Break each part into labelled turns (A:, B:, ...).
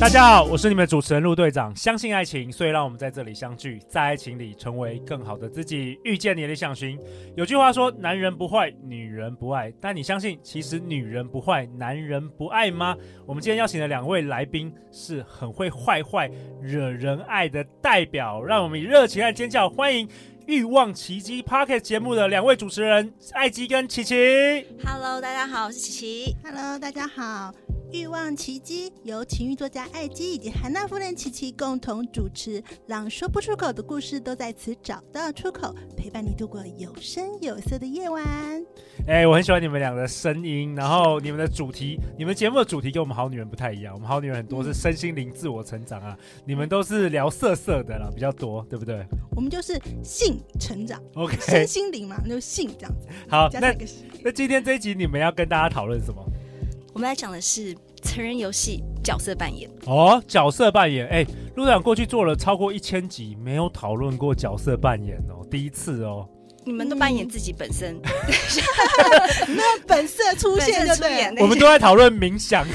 A: 大家好，我是你们主持人陆队长。相信爱情，所以让我们在这里相聚，在爱情里成为更好的自己，遇见你的理想型。有句话说，男人不坏，女人不爱。但你相信，其实女人不坏，男人不爱吗？我们今天邀请的两位来宾是很会坏坏、惹人爱的代表。让我们以热情和尖叫欢迎《欲望奇迹》Pocket 节目的两位主持人艾姬跟琪琪。
B: Hello，大家好，我是琪琪。
C: Hello，大家好，《欲望奇迹》由情欲作家艾姬以及韩娜夫人琪琪共同主持，让说不出口的故事都在此找到出口，陪伴你度过有声有色的夜晚。
A: 哎、我很喜欢你们俩的声音，然后你们的主题，你们节目的主题跟我们好女人不太一样。我们好女人很多是身心灵自我成长啊，你们都是聊色色的啦，比较多，对不对
C: 我们就是性成长，身
A: ？OK，
C: 心灵嘛，我们就性这样子，
A: 好，
C: 加 上
A: 那
C: 一个性
A: 那今天这一集你们要跟大家讨论什么？
B: 我们来讲的是成人游戏角色扮演。
A: 哦，角色扮演。哎、陆长过去做了超过一千集，没有讨论过角色扮演哦，第一次哦。
B: 你们都扮演自己 本身，
C: 本色出
B: 本
C: 现
B: 身
C: 就
B: 出
C: 对
B: 演
C: 了。
B: 那
A: 我们
B: 些
A: 都在讨论冥 想，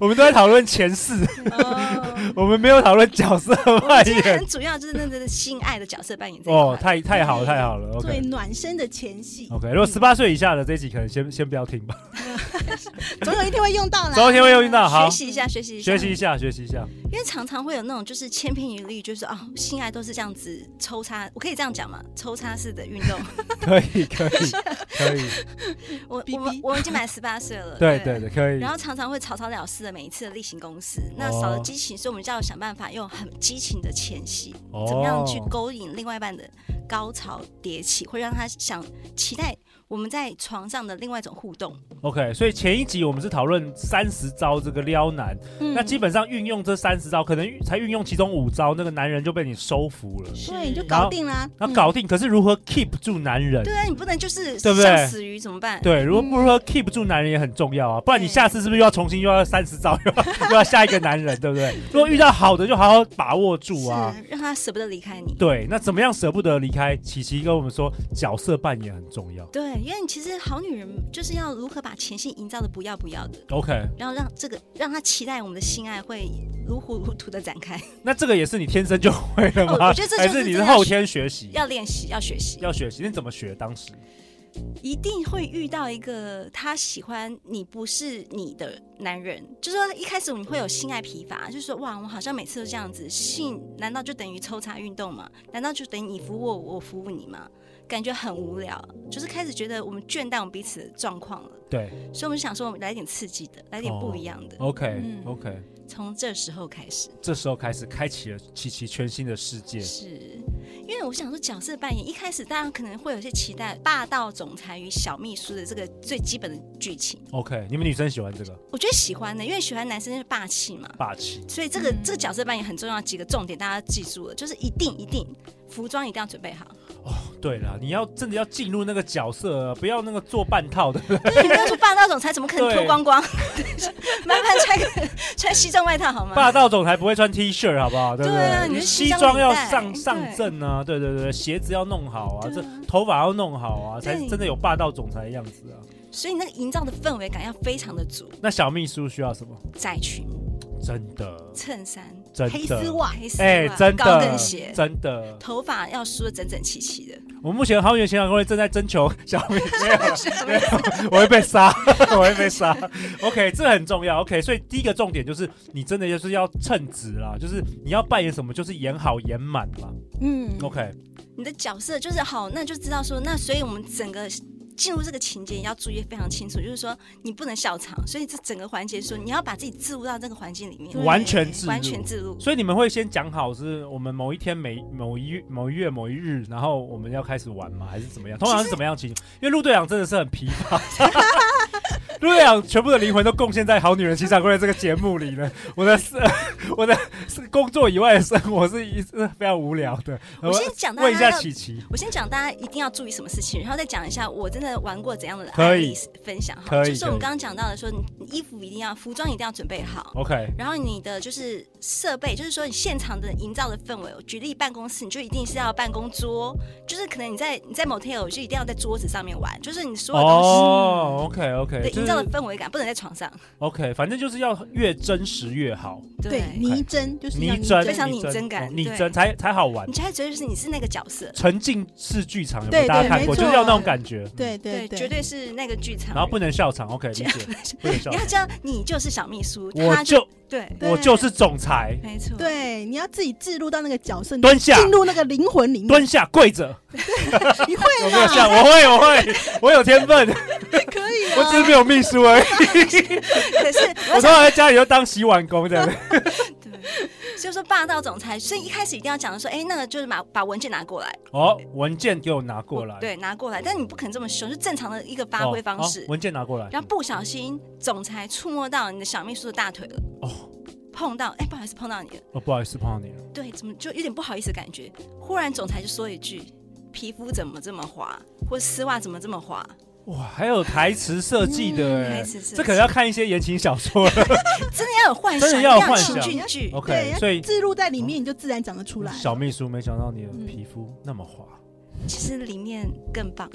A: 我们都在讨论前世，
C: 哦
A: 我们没有讨论角色扮
B: 今天
A: 演
B: 很。主要就是那个性爱的角色扮演这一
A: 哦，太
B: 块。
A: 太好了太好了
C: 作 为
A: ，OK。
C: 暖身的前戏，
A: OK，如果
B: 嗯
A: 十八岁以下的这一集可能先先不要听吧，
C: 总有一天会用到啦。
A: 总有一天会用到。好
B: 学，习一下，学习一下，
A: 学习一下，学习一下。
B: 因为常常会有那种就是千篇一律，就是哦，性爱都是这样子抽插，我可以这样讲嘛？抽插式的运 动，
A: 可以，可 以，可以。
B: 我
C: 哔
B: 我们
C: 哔
B: 我已经满十八岁了，
A: 对对对，哦可以
B: 然。后常常会草草了事的每一次的例行公事，那少了激情，所以我们就要想办法用很激情的前戏，
A: 哦
B: 怎么样去勾引另外一半的高潮迭起，会让他想期待我们在床上的另外一种互动。
A: OK，所以前一集我们是讨论三十招这个撩男，
B: 嗯
A: 那基本上运用这三十招，可能才运用其中五招，那个男人就被你收服了，
C: 对，你就
A: 然后
C: 搞定啦。
A: 那
C: 嗯
A: 搞定。可是如何 keep 住男人？
B: 对啊，你不能就是
A: 对不对
B: 像死鱼怎么办？
A: 对，如果不
B: 嗯
A: 如何 keep 住男人也很重要啊，不然你
C: 对
A: 下次是不是又要重新又要三十招，又要 又要下一个男人，对不对？ 如果遇到好的，就好好把握住啊。
B: 是让他舍不得离开你。
A: 对，那怎么样舍不得离开？琪琪跟我们说，角色扮演很重要。
B: 对，因为你其实好女人就是要如何把前戏营造的不要不要的，
A: OK，
B: 然后让这个让他期待我们的性爱会如火如荼的展开。
A: 那这个也是你天生就会了吗？
B: 哦我觉得这就
A: 还
B: 是
A: 是你是后天学习？
B: 要练习，要学习。
A: 要学习，你怎么学？当时
B: 一定会遇到一个他喜欢你不是你的男人，就说一开始我们会有性爱疲乏，就说哇，我好像每次都这样子，性难道就等于抽查运动吗？难道就等于你服务我，我服务你吗？感觉很无聊，就是开始觉得我们倦怠我们彼此的状况了，
A: 对
B: 所以我们想说我们来点刺激的，来点不一样的，
A: ，OK、
C: 嗯
A: OK，
B: 从这时候开始。
A: 这时候开始开启了琪琪全新的世界。
B: 是因为我想说角色扮演，一开始大家可能会有一些期待霸道总裁与小秘书的这个最基本的剧情。
A: OK，你们女生喜欢这个
B: 我觉得喜欢的，因为喜欢男生就是霸气嘛，
A: 霸气，
B: 所以这个、
C: 嗯
B: 这个角色扮演很重要，几个重点大家记住了，就是一定一定服装一定要准备好，
A: 对啦，你要真的要进入那个角色，啊不要那个做半套的。
B: 对，你不要说霸道总裁怎么可能
A: 对
B: 脱光光？ 麻烦穿个穿西装外套好吗？
A: 霸道总裁不会穿 T 恤，好不好？对不对？
B: 对啊你的
A: 西
B: 西
A: 装
B: 装
A: 要
B: 领带
A: 上上
B: 对
A: 阵啊，对对对，鞋子要弄好啊，
B: 对
A: 这
B: 啊
A: 头发要弄好啊，才
B: 对
A: 真的有霸道总裁的样子啊。
B: 所以那个营造的氛围感要非常的足，
A: 那小秘书需要什么？
B: 窄裙
A: 真的，
B: 衬衫、
A: 真
C: 黑丝
A: 的，
C: 袜，
B: 黑丝袜、
A: 哎，真
B: 啊高
A: 的
B: 跟鞋，，
A: 真的。
B: 头发要梳的整整齐齐的。
A: 我们目前好远现场工会正在征 求小米，没有了，没有了，我会被杀， 我会被杀。OK，这很重要。OK，所以第一个重点就是你真的就是要称职啦，就是你要扮演什么，就是演好演满啦。
C: 嗯
A: OK，
B: 你的角色就是好，那就知道说，那所以我们整个进入这个情节也要注意非常清楚，就是说你不能笑场，所以这整个环节说你要把自己置入到这个环境里面，
C: 对
A: 嗯完全自
B: 完全置入。
A: 所以你们会先讲好是我们某一天每某一某一月某一日，然后我们要开始玩吗？还是怎么样？通常是怎么样情？因为陆队长真的是很疲乏， 陆队长全部的灵魂都贡献在《好女人情场攻略》这个节目里呢。我的是 我的是工作以外的生活是一 是非常无聊的。
B: 我先讲大
A: 呃问一
B: 家
A: 下
B: 要，
A: 琪琪，
B: 我先讲大家一定要注意什么事情，然后再讲一下我真的玩过怎样的
A: 可
B: 案
A: 以
B: 例分享
A: 可
B: 哈，
A: 以
B: 就是我
A: 可
B: 们
A: 以
B: 刚刚讲到的说，你衣服一定要，服装一定要准备好。
A: OK，
B: 然后你的就是设备，就是说你现场的营造的氛围。举例办公室，你就一定是要办公桌，就是可能你在你在 motel 就一定要在桌子上面玩，就是你所有东
A: 哦，OK
B: 西
A: OK，
B: 的
A: 就
B: 营造的
A: 是
B: 氛围感不能在床上。
A: OK，反正就是要越真实越好，
C: 对，
B: 你
C: 泥针就是要
A: 拟
C: 泥
A: 真
B: 非常拟
A: 真
B: 真感
A: 哦拟
B: 对
A: 真才才好玩
B: 你。才会觉得就是你是那个角色，
A: 沉浸式剧场有没有
C: 对
A: 大家
C: 对
A: 看
C: 没
A: 过？就
C: 错
A: 是要那种感觉。
C: 对对
B: 绝对是那个剧场。
A: 然后不能笑场，OK，理解，不能笑
B: 你要
A: 场。
B: 知道你就是小秘书，
A: 我
B: 他
A: 就
B: 对，
C: 对
A: 我就是总裁，
B: 没错，
C: 对，你要自己置入到那个角色，你
A: 蹲下
C: 进入那个灵魂里面，
A: 蹲下跪
C: 嗯
A: 着，
C: 你会啊
A: 有没有
C: 啦，
A: 像？ 我会，我会，我有天分，
C: 可以
A: 我
C: 啊，
A: 只是没有秘书 而已。
B: 可是
A: 我通常在家里就当洗碗工这样。
B: 对，就是说霸道总裁，所以一开始一定要讲说，哎，那个就是把把文件拿过来，
A: 哦，文件给我拿过来，
B: 对，拿过来，但你不可能这么凶，就正常的一个发挥
A: 哦
B: 方
A: 好
B: 式。
A: 文件拿过来。
B: 然后不小心，总裁触摸到你的小秘书的大腿了，
A: 哦，
B: 碰到，哎、不好意思，碰到你了，
A: 哦，不好意思，碰到你了。
B: 对，怎么就有点不好意思的感觉？忽然总裁就说一句：“皮肤怎么这么滑，或丝袜怎么这么滑
A: 哇，还有台词设计的
C: 嗯
B: 台
A: 哎，
B: 词设计
A: 这可能要看一些言情小 说了。？”
B: 真的要有幻想，
A: 真的
B: 一定
A: 要有
B: 要
A: 幻哦
B: 情
C: 想
B: 境剧。
C: 对，
A: OK，
C: 要
A: 所以
C: 置入在里面，你就自然讲得出来。
A: 小秘书没想到你的
C: 嗯
A: 皮肤那么滑。
B: 其实里面更棒，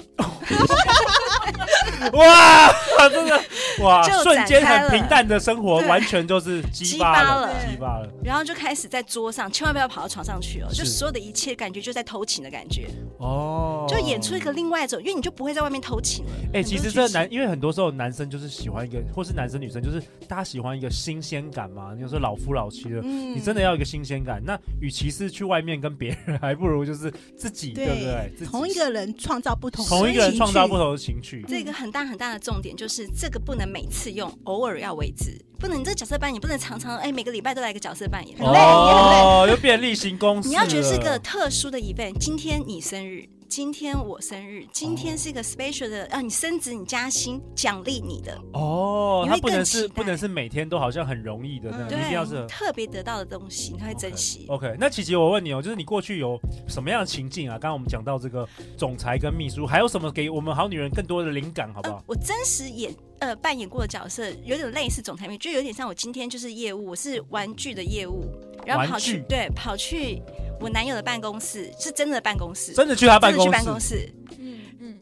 A: 哇，真的哇，
B: 就
A: 瞬间很平
B: 展开
A: 淡的生活，
B: 对
A: 完全就是激发了，
C: 激发了
A: 激发了。
B: 然后就开始在桌上，千万不要跑到床上去哦，就是所有的一切感觉就在偷情的感觉，
A: 哦，
B: 就演出一个另外一种，因为你就不会在外面偷情了。
A: 哎、
B: 很多
A: 其实
B: 剧
A: 这
B: 情
A: 男，因为很多时候男生就是喜欢一个，或是男生女生就是大家喜欢一个新鲜感嘛。你有时候老夫老妻了，
C: 嗯
A: 你真的要一个新鲜感。那与其是去外面跟别人，还不如就是自己，对不对？自己
C: 同一个人创造不同的情绪，
A: 同一个人创造不同的情趣。
B: 这个很大很大的重点就是，这个不能每次用，偶尔要为之。不能你这个角色扮演，不能常常哎每个礼拜都来一个角色扮
A: 哦
B: 演，很累，也很累。
A: 哦，又变例行公事了。
B: 你要觉得是个特殊的 event，今天你生日，今天我生日，今
A: 哦
B: 天是一个 special 的，啊，你升职、你加薪、奖励你的，
A: 哦，
B: 你
A: 他
B: 会
A: 不能
B: 更
A: 是
B: 期待嗯
A: 不能是每天都好像很容易的那样，
B: 对
A: 啊一定要是，哦
B: 特别得到的东西，你会珍惜。
A: OK，那琪琪，我问你哦，就是你过去有什么样的情境啊？刚刚我们讲到这个总裁跟秘书，还有什么给我们好女人更多的灵感，好不好
B: 呃？，我真实演呃扮演过的角色有点类似总裁面，就有点像我今天就是业务，我是玩具的业务，然后
A: 玩
B: 跑
A: 具
B: 去对跑去我男友的办公室，是真的办公室，
A: 真的去他办
B: 真的
A: 公
B: 去
A: 室，
B: 办公室，
C: 嗯嗯，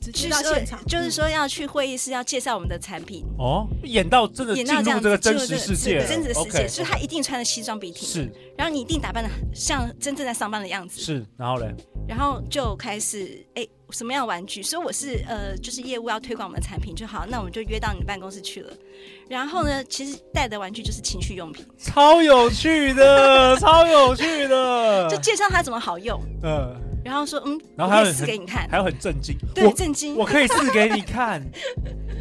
C: 直
B: 去
C: 接到
B: 说
C: 现场，嗯
B: 就是说要去会议室要介绍我们的产品，
A: 哦，演到真的
B: 演
A: 进
B: 到这
A: 入
B: 样
A: 这个
B: 子
A: 真
B: 进入
A: 实
B: 这
A: 世
B: 个
A: 界了，
B: 真实世
A: OK，
B: 界，所以他一定穿着西装笔挺，
A: 是
B: 然后你一定打扮的像真正在上班的样子，
A: 是，然后嘞，
B: 然后就开始哎。什么样的玩具？所以我是呃，就是业务要推广我们的产品就好，那我们就约到你的办公室去了。然后
A: 嗯
B: 呢，其实带的玩具就是情趣用品，
A: 超有趣 的，超有趣的，
B: 就介绍它怎么好用，
A: 嗯，
B: 然后说嗯，
A: 呃然后还有
B: 我可以试给你看，
A: 还有很震惊，
B: 对，震惊
A: 我，我可以试给你看，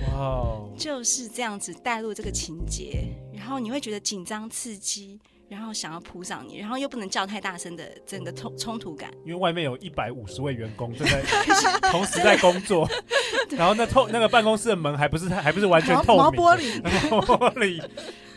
A: 哇哦，
B: 就是这样子带入这个情节，然后你会觉得紧张刺激，然后想要扑上你，然后又不能叫太大声的整个冲冲突感，
A: 因为外面有一百五十位员工正在 同时在工作，然后那透那个办公室的门还不是还不是完全
C: 毛
A: 透
C: 毛
A: 明
C: 玻璃，
A: 的，玻 璃，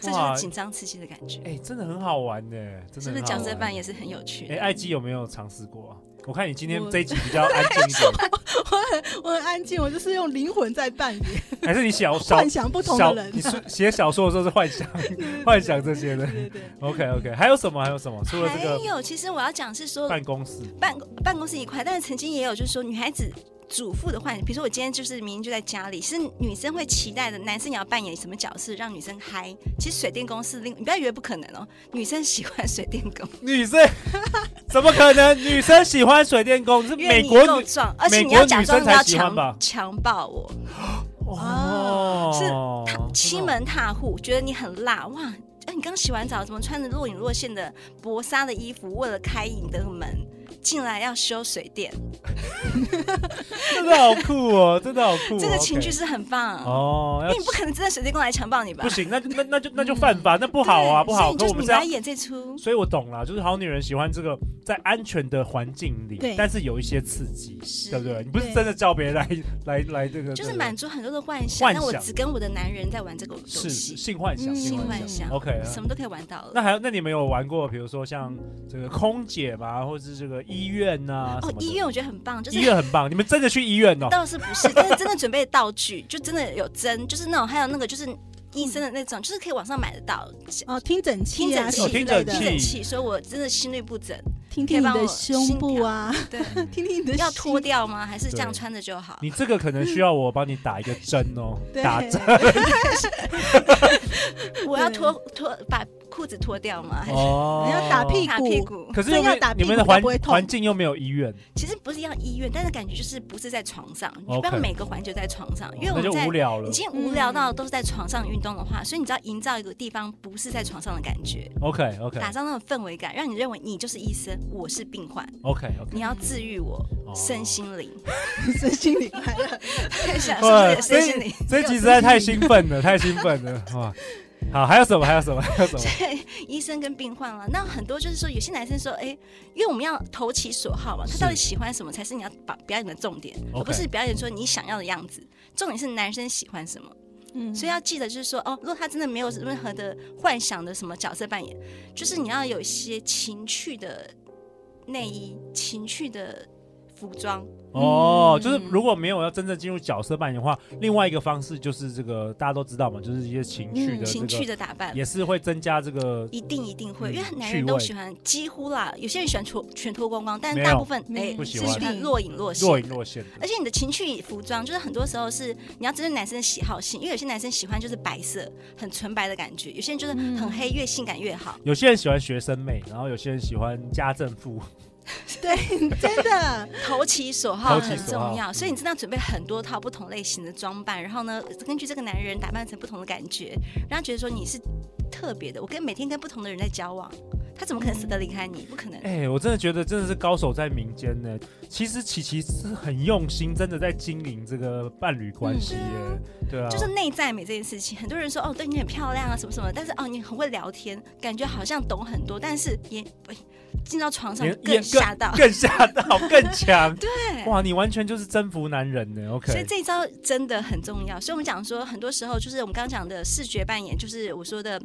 B: 这就
A: 哇
B: 是紧张刺激的感觉，
A: 哎、真的很好玩呢，真的
B: 是不
A: 很
B: 是
A: 好
B: 角色
A: 玩
B: 扮演是很有趣
A: 哎、
B: 的？
A: 艾基有没有尝试过啊？我看你今天
B: 我
A: 这一集比较安静一点，
C: 我很 我很安静，我就是用灵魂在扮演，
A: 还是你小小
C: 幻想不同
A: 小
C: 的人、
A: 你是
C: 啊。
A: 写小说的时候是幻想幻想这些的
C: 对对对，
A: ，OK OK，还有什么还有什么？除了这
B: 还
A: 个
B: 有，其实我要讲是说，
A: 办公室，
B: 办公办公室一块，但是曾经也有就是说女孩子。主妇的幻想，比如说我今天就是明明就在家里，是女生会期待的，男生也要扮演什么角色让女生嗨。其实水电工是另，你不要以为不可能哦，女生喜欢水电工，
A: 女生 怎么可能？女生喜欢水电工是
B: 因为
A: 美
B: 你
A: 国
B: 够
A: 女
B: 壮，而且
A: 美
B: 你
A: 国
B: 要假
A: 女生
B: 装你
A: 才
B: 要
A: 喜欢吧
B: 强？强暴我，
A: 哦，
B: 是他欺门踏户，觉得你很辣哇！哎，你刚洗完澡，怎么穿着若隐若现的薄纱的衣服，为了开你的门进来要修水电，
A: 哦真的好酷哦，真的好酷哦。
B: 这个情绪
A: OK
B: 是很棒。
A: 哦，
B: 因
A: 要
B: 为你不可能真的水电工来强暴你吧？嗯
A: 不行，那就那那就那就犯法，那不好啊，
B: 对
A: 不好。
B: 所以你
A: 可
B: 就
A: 我
B: 是
A: 们
B: 你
A: 这样
B: 来，演这出，
A: 所以我懂了，就是好女人喜欢这个在安全的环境里
C: 对，
A: 但是有一些刺激，
B: 是
A: 对不对？你不是
C: 对
A: 真的叫别人来来来这个，
B: 就是
A: 对不对
B: 满足很多的幻想。
A: 幻
B: 那
A: 想
B: 我只跟我的男人在玩这个游
A: 是
B: 戏，
A: 性幻想，
C: 嗯
A: 性
B: 性
A: 幻
B: 幻
A: 想。
B: 想，
A: OK，啊
B: 什么都可以玩到了。
A: 那还有，那你们有玩过，比如说像这个空姐嘛，或者是这个医院呐、什
B: 哦
A: 么，的
B: 医院我觉得很棒，就是
A: 医院很棒，你们真的去医院哦。
B: 倒是不是，但是真的准备道具，就真的有针，就是那种还有那个就是医生的那种，就是可以网上买得到。
C: 哦，听诊器啊，
B: 器，
A: 哦听
B: 对
A: 诊器
B: 听诊器，所以我真的心律不 整。
C: 听听你的胸部啊，
B: 对，
C: 听听你的
B: 要
C: 心
B: 脱，掉吗？还是这样
A: 对
B: 穿着就 好？
A: 你这个可能需要我帮你打一个针 哦，
C: 对
A: 打针
B: 我要脱脱把裤子脱掉吗？还是
A: 哦，
C: 你要打屁
B: 打屁股？
A: 可是
C: 针
A: 又没
C: 要打屁
A: 你
C: 股
A: 们的
C: 才
A: 环
C: 不会痛
A: 环境又没有医院，哦
B: 其实不是要医院，但是感觉就是不是在床上，你
A: OK 哦
B: 不要每个环节在床上，因为我
A: 那
B: 们
A: 就
B: 在
A: 无聊了
B: 已。
C: 嗯
B: 经无聊到都是在床上运动的话，所以你只要营造一个地方不是在床上的感觉，
A: OK OK
B: 打造那种氛围感，让你认为你就是医生，我是病患，
A: OK OK，
B: 你要治愈我
A: 哦
B: 身心灵，
C: 身心里快乐。
B: 想是不是
A: 这
B: 身心灵？
A: 这集实在太兴奋了，太兴奋了哇！好，还有什么？还有什么？还有什么？
B: 对，医生跟病患了。那很多就是说，有些男生说，哎、因为我们要投其所好嘛，他
A: 是
B: 到底喜欢什么才是你要把表演的重点
A: OK
B: 而不是表演说你想要的样子。重点是男生喜欢什么，
C: 嗯，
B: 所以要记得就是说，哦，如果他真的没有任何的幻想的什么角色扮演，就是你要有一些情趣的内衣、情趣的服装，
A: 哦，
C: 嗯
A: 就是如果没有要真正进入角色扮演的话，另外一个方式就是这个大家都知道嘛，就是一些情绪的
C: 嗯
A: 这
B: 情趣
A: 个，
B: 的打扮。
A: 也是会增加这个
B: 一定一定会，
A: 嗯
B: 因为男
A: 趣
B: 人都
A: 味
B: 喜欢，几乎啦，有些人喜欢脱全脱光光，但
A: 没
B: 是
A: 有
B: 大部分哎、
C: 嗯不
B: 是
A: 喜
B: 喜
A: 欢
B: 欢若隐若现的。
A: 若隐若现
B: 而
A: 的。
B: 且你的情趣服装，就是很多时候是你要针对男生的喜好性，因为有些男生喜欢就是白色，很纯白的感觉；有些人就是
A: 嗯
B: 很黑，越性感越好。
A: 有些人喜欢学生妹，然后有些人喜欢家政妇，
C: 对， 真的，
B: 投其所好
A: 投其
B: 很
A: 所好
B: 重要，
A: 嗯
B: 所以你真的要准备很多套不同类型的装扮，然后呢，根据这个男人打扮成不同的感觉，让他觉得说你是特别的。我跟每天跟不同的人在交往，他怎么
A: 嗯
B: 可能舍得离开你？不可能。
A: 哎、我真的觉得真的是高手在民间呢。其实琪琪是很用心，真的在经营这个伴侣关系耶，对啊，
B: 嗯就是内在美这件事情，很多人说哦，对你很漂亮啊，什么什么，但是哦，你很会聊天，感觉好像懂很多，但是也不进到床上
A: 连
B: 更
A: 也
B: 吓到。
A: 更吓到，更强。
B: 对，
A: 哇，你完全就是征服男人呢。OK，
B: 所以这一招真的很重要。所以我们讲说，很多时候就是我们刚刚讲的视觉扮演，就是我说的，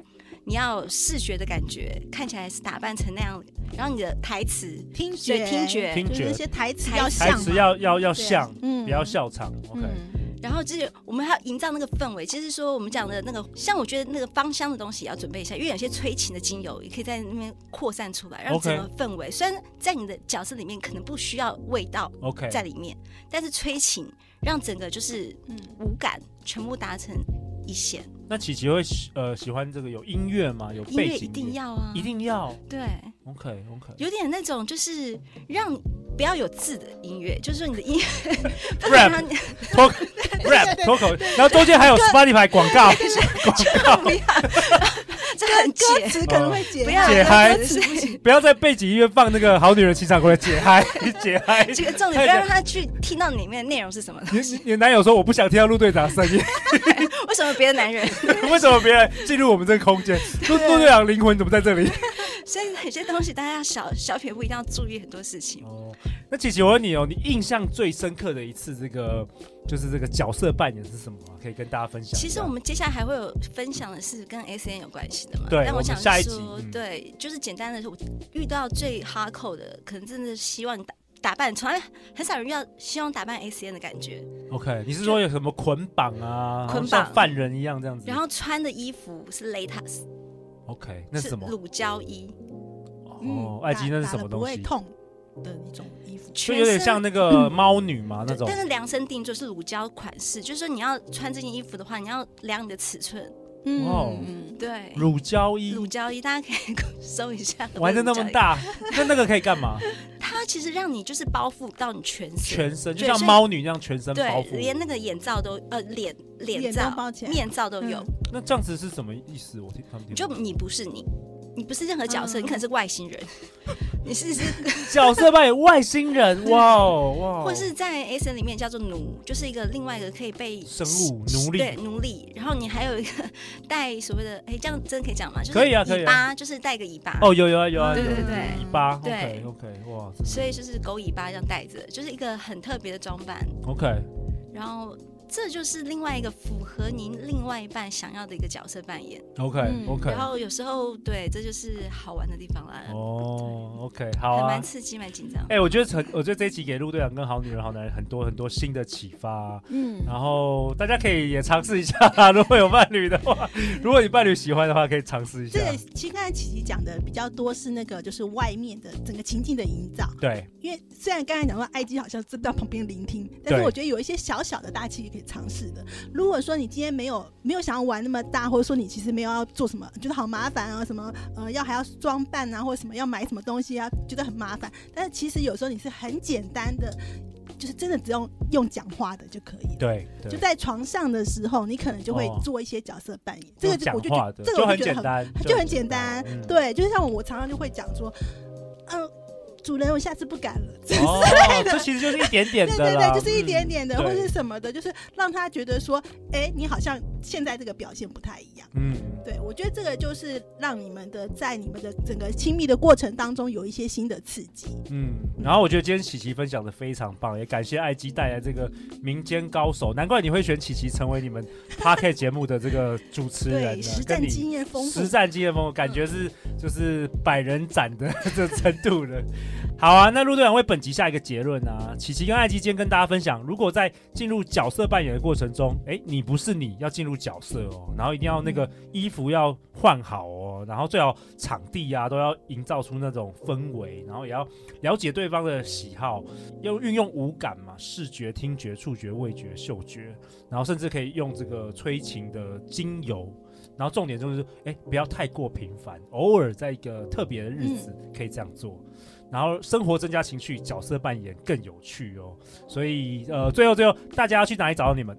B: 你要有视觉的感觉，看起来是打扮成那样，然后你的台词、
C: 听
B: 所以
C: 觉，
B: 听，觉，
A: 听
C: 就是
A: 觉
C: 那些台词
B: 台
C: 要
B: 词
C: 像
A: 台
C: 嘛，
A: 词要要要
B: 对啊
A: 像，
C: 嗯
A: 不要笑场。OK，
C: 嗯
B: 然后就是我们还要营造那个氛围。就是说，我们讲的那个，像我觉得那个芳香的东西也要准备一下，因为有些催情的精油也可以在那边扩散出来，让
A: OK
B: 整个氛围。虽然在你的角色里面可能不需要味道
A: OK，
B: 在里面，
A: 嗯
B: 但是催情让整个就是
C: 嗯
B: 五感全部达成一线。
A: 那琪琪会喜呃喜欢这个有音乐吗？有
B: 音乐
A: 背景
B: 一定要啊，
A: 一定要。
B: 对，
A: OK OK，
B: 有点那种就是让不要有字的音乐，就是说你的 音乐不
A: Rap
B: 能让你
A: 脱 rap 脱口，然后中间还有 Spotify 广告，广告
B: 不要，这很
C: 歌
B: 解，
C: 词可能会解
B: 不要
A: 解嗨
B: 这个是
A: 不要在背景音乐放那个好女人情场攻略解嗨解嗨。
B: 这个 重点，不要让他去听到里面的内容是什么
A: 你
B: 东西。
A: 你你男友说我不想听到陆队长的声音，
B: 为什么别的男人？
A: 为什么别人进入我们这个空间？陆陆队长灵魂怎么在这里？
B: 所以有些东西大家要小小撇步一定要注意很多事情。
A: 哦，那琪琪，我问你哦，你印象最深刻的一次这个就是这个角色扮演是什么啊、可以跟大家分享一下。
B: 其实我们接下来还会有分享的是跟 S N 有关系的嘛？
A: 对
B: 但
A: 我们
B: 想
A: 下一集
B: 说，
A: 嗯
B: 对，就是简单的，我遇到最哈扣的，可能真的希望你打打扮，从来很少人遇到希望打扮 S N 的感觉，
A: OK，你是说有什么捆绑啊，
B: 捆绑
A: 像犯人一样这样子？
B: 然后穿的衣服是 latex，
A: OK，那是
B: 是嗯
A: 什么？
B: 乳胶衣，
C: 嗯
A: 哦，埃及那是什么东
C: 不会
A: 西？
C: 痛的一种衣服，
A: 就
B: 全
A: 有点
B: 身
A: 像那个猫女嘛那
B: 对
A: 种
B: 但。是量身定做是乳胶款式，就是说你要穿这件衣服的话，你要量你的尺寸。
A: 哇哦
C: 嗯，
B: 对，
A: 乳胶衣，
B: 乳胶衣大家可以 搜一下。
A: 玩的那么，大，那那个可以干 嘛？
B: 它其实让你就是包覆到你全身，
A: 全身就
B: 对
A: 像
B: 所以
A: 猫女那样全身包
B: 对，
A: 覆。
B: 连那个眼罩都呃脸脸
C: 脸
B: 罩
C: 都包起来
B: 面罩都有，
A: 那这样子是什么意思？我听他们听
B: 就
A: 不懂
B: 你不是你。你不是任何角色，
C: 嗯
B: 你可能是外星人， 你是是，
A: 角色扮演外星 人，哇哦哇哦，
B: 或是在 S N 里面叫做奴，就是一个另外一个可以被
A: 生物奴
B: 对
A: 隶，
B: 奴隶，然后你还有一个带所谓的，哎，这样真的可以讲吗？就是
A: 可以啊可以啊
B: 尾巴就是带个尾巴，
A: 哦，有有啊有啊，
B: 对
A: 有
B: 对对
A: 尾巴，OK
B: 对
A: OK，哇真的
B: 所以就是狗尾巴这样带着，就是一个很特别的装扮。
A: ，OK，
B: 然后这就是另外一个符合您另外一半想要的一个角色扮演。
A: OK
C: 嗯
A: OK，
B: 然后有时候对，这就是好玩的地方啦，
A: 哦，OK，好
B: 还
A: 啊
B: 蛮。刺激，蛮紧张。
A: 哎、我觉得很，我觉得这一集给陆队长跟好女人、好男人很多很多新的启发、
C: 嗯，
A: 然后大家可以也尝试一下、如果有伴侣的话，如果你伴侣喜欢的话，可以尝试一下
C: 这。个其实刚才琪琪讲的比较多是那个就是外面的整个情境的营造，
A: 对，
C: 因为虽然刚才讲到 IG 好像真的到旁边聆听，但是
A: 对
C: 我觉得有一些小小的大气也可以尝试的。如果说你今天没有没有想要玩那么大，或者说你其实没有要做什么，觉得好麻烦啊，什么呃要还要装扮啊，或者什么要买什么东西啊，觉得很麻烦。但是其实有时候你是很简单的，就是真的只用用讲话的就可以了。
A: 对，
C: 就
A: 对，
C: 在床上的时候，你可能就会
A: 哦
C: 做一些角色扮演，这个
A: 用
C: 就
A: 讲
C: 我就觉
A: 话
C: 得
A: 的
C: 这个我
A: 很
C: 就觉
A: 简
C: 得很
A: 单，
C: 就很简单。
A: 嗯，
C: 对，就是像我，我常常就会讲说，嗯、主人，我下次不敢了。
A: 哦，这其实就是一点点
C: 对
A: 的
C: 对
A: 啦，嗯
C: 对，就是一点点的，
A: 对
C: 或是什么的，就是让他觉得说，哎，你好像现在这个表现不太一样。
A: 嗯。
C: 对，我觉得这个就是让你们的在你们的整个亲密的过程当中有一些新的刺激。
A: 嗯，嗯，然后我觉得今天琪琪分享的非常棒，也感谢艾姬带来这个民间高手，难怪你会选琪琪成为你们 p a r k 节目的这个主持人
C: 对，
A: 呢，
C: 实
A: 跟
C: 战
A: 你
C: 经验丰富
A: 实。战经验丰富，感觉是就是百人斩的这程度了。好啊，那陆队长为本集下一个结论啊，琪琪跟艾姬今天跟大家分享，如果在进入角色扮演的过程中，哎，你不是你要进入角色哦，然后一定要那个衣服要换好哦，然后最好场地啊都要营造出那种氛围，然后也要了解对方的喜好，要运用五感嘛，视觉、听觉、触觉、味觉、嗅觉，然后甚至可以用这个催情的精油。然后重点就是，哎，不要太过频繁，偶尔在一个特别的日子可以这样做。然后生活增加情趣，角色扮演更有趣哦。所以呃，最后最后，大家要去哪里找到你们？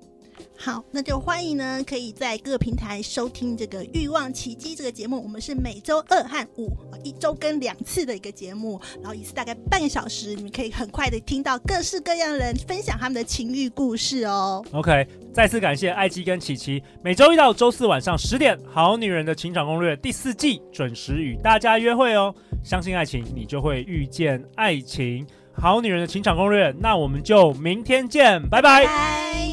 C: 好，那就欢迎呢，可以在各平台收听这个《欲望奇迹》这个节目。我们是每周二和五，呃一周更两次的一个节目，然后一次大概半个小时，你们可以很快的听到各式各样的人分享他们的情欲故事哦。
A: OK，再次感谢艾姬跟琪琪，每周一到周四晚上十点，《好女人的情场攻略》第四季准时与大家约会哦。相信爱情，你就会遇见爱情。好女人的情场攻略，那我们就明天见，拜拜
C: 拜。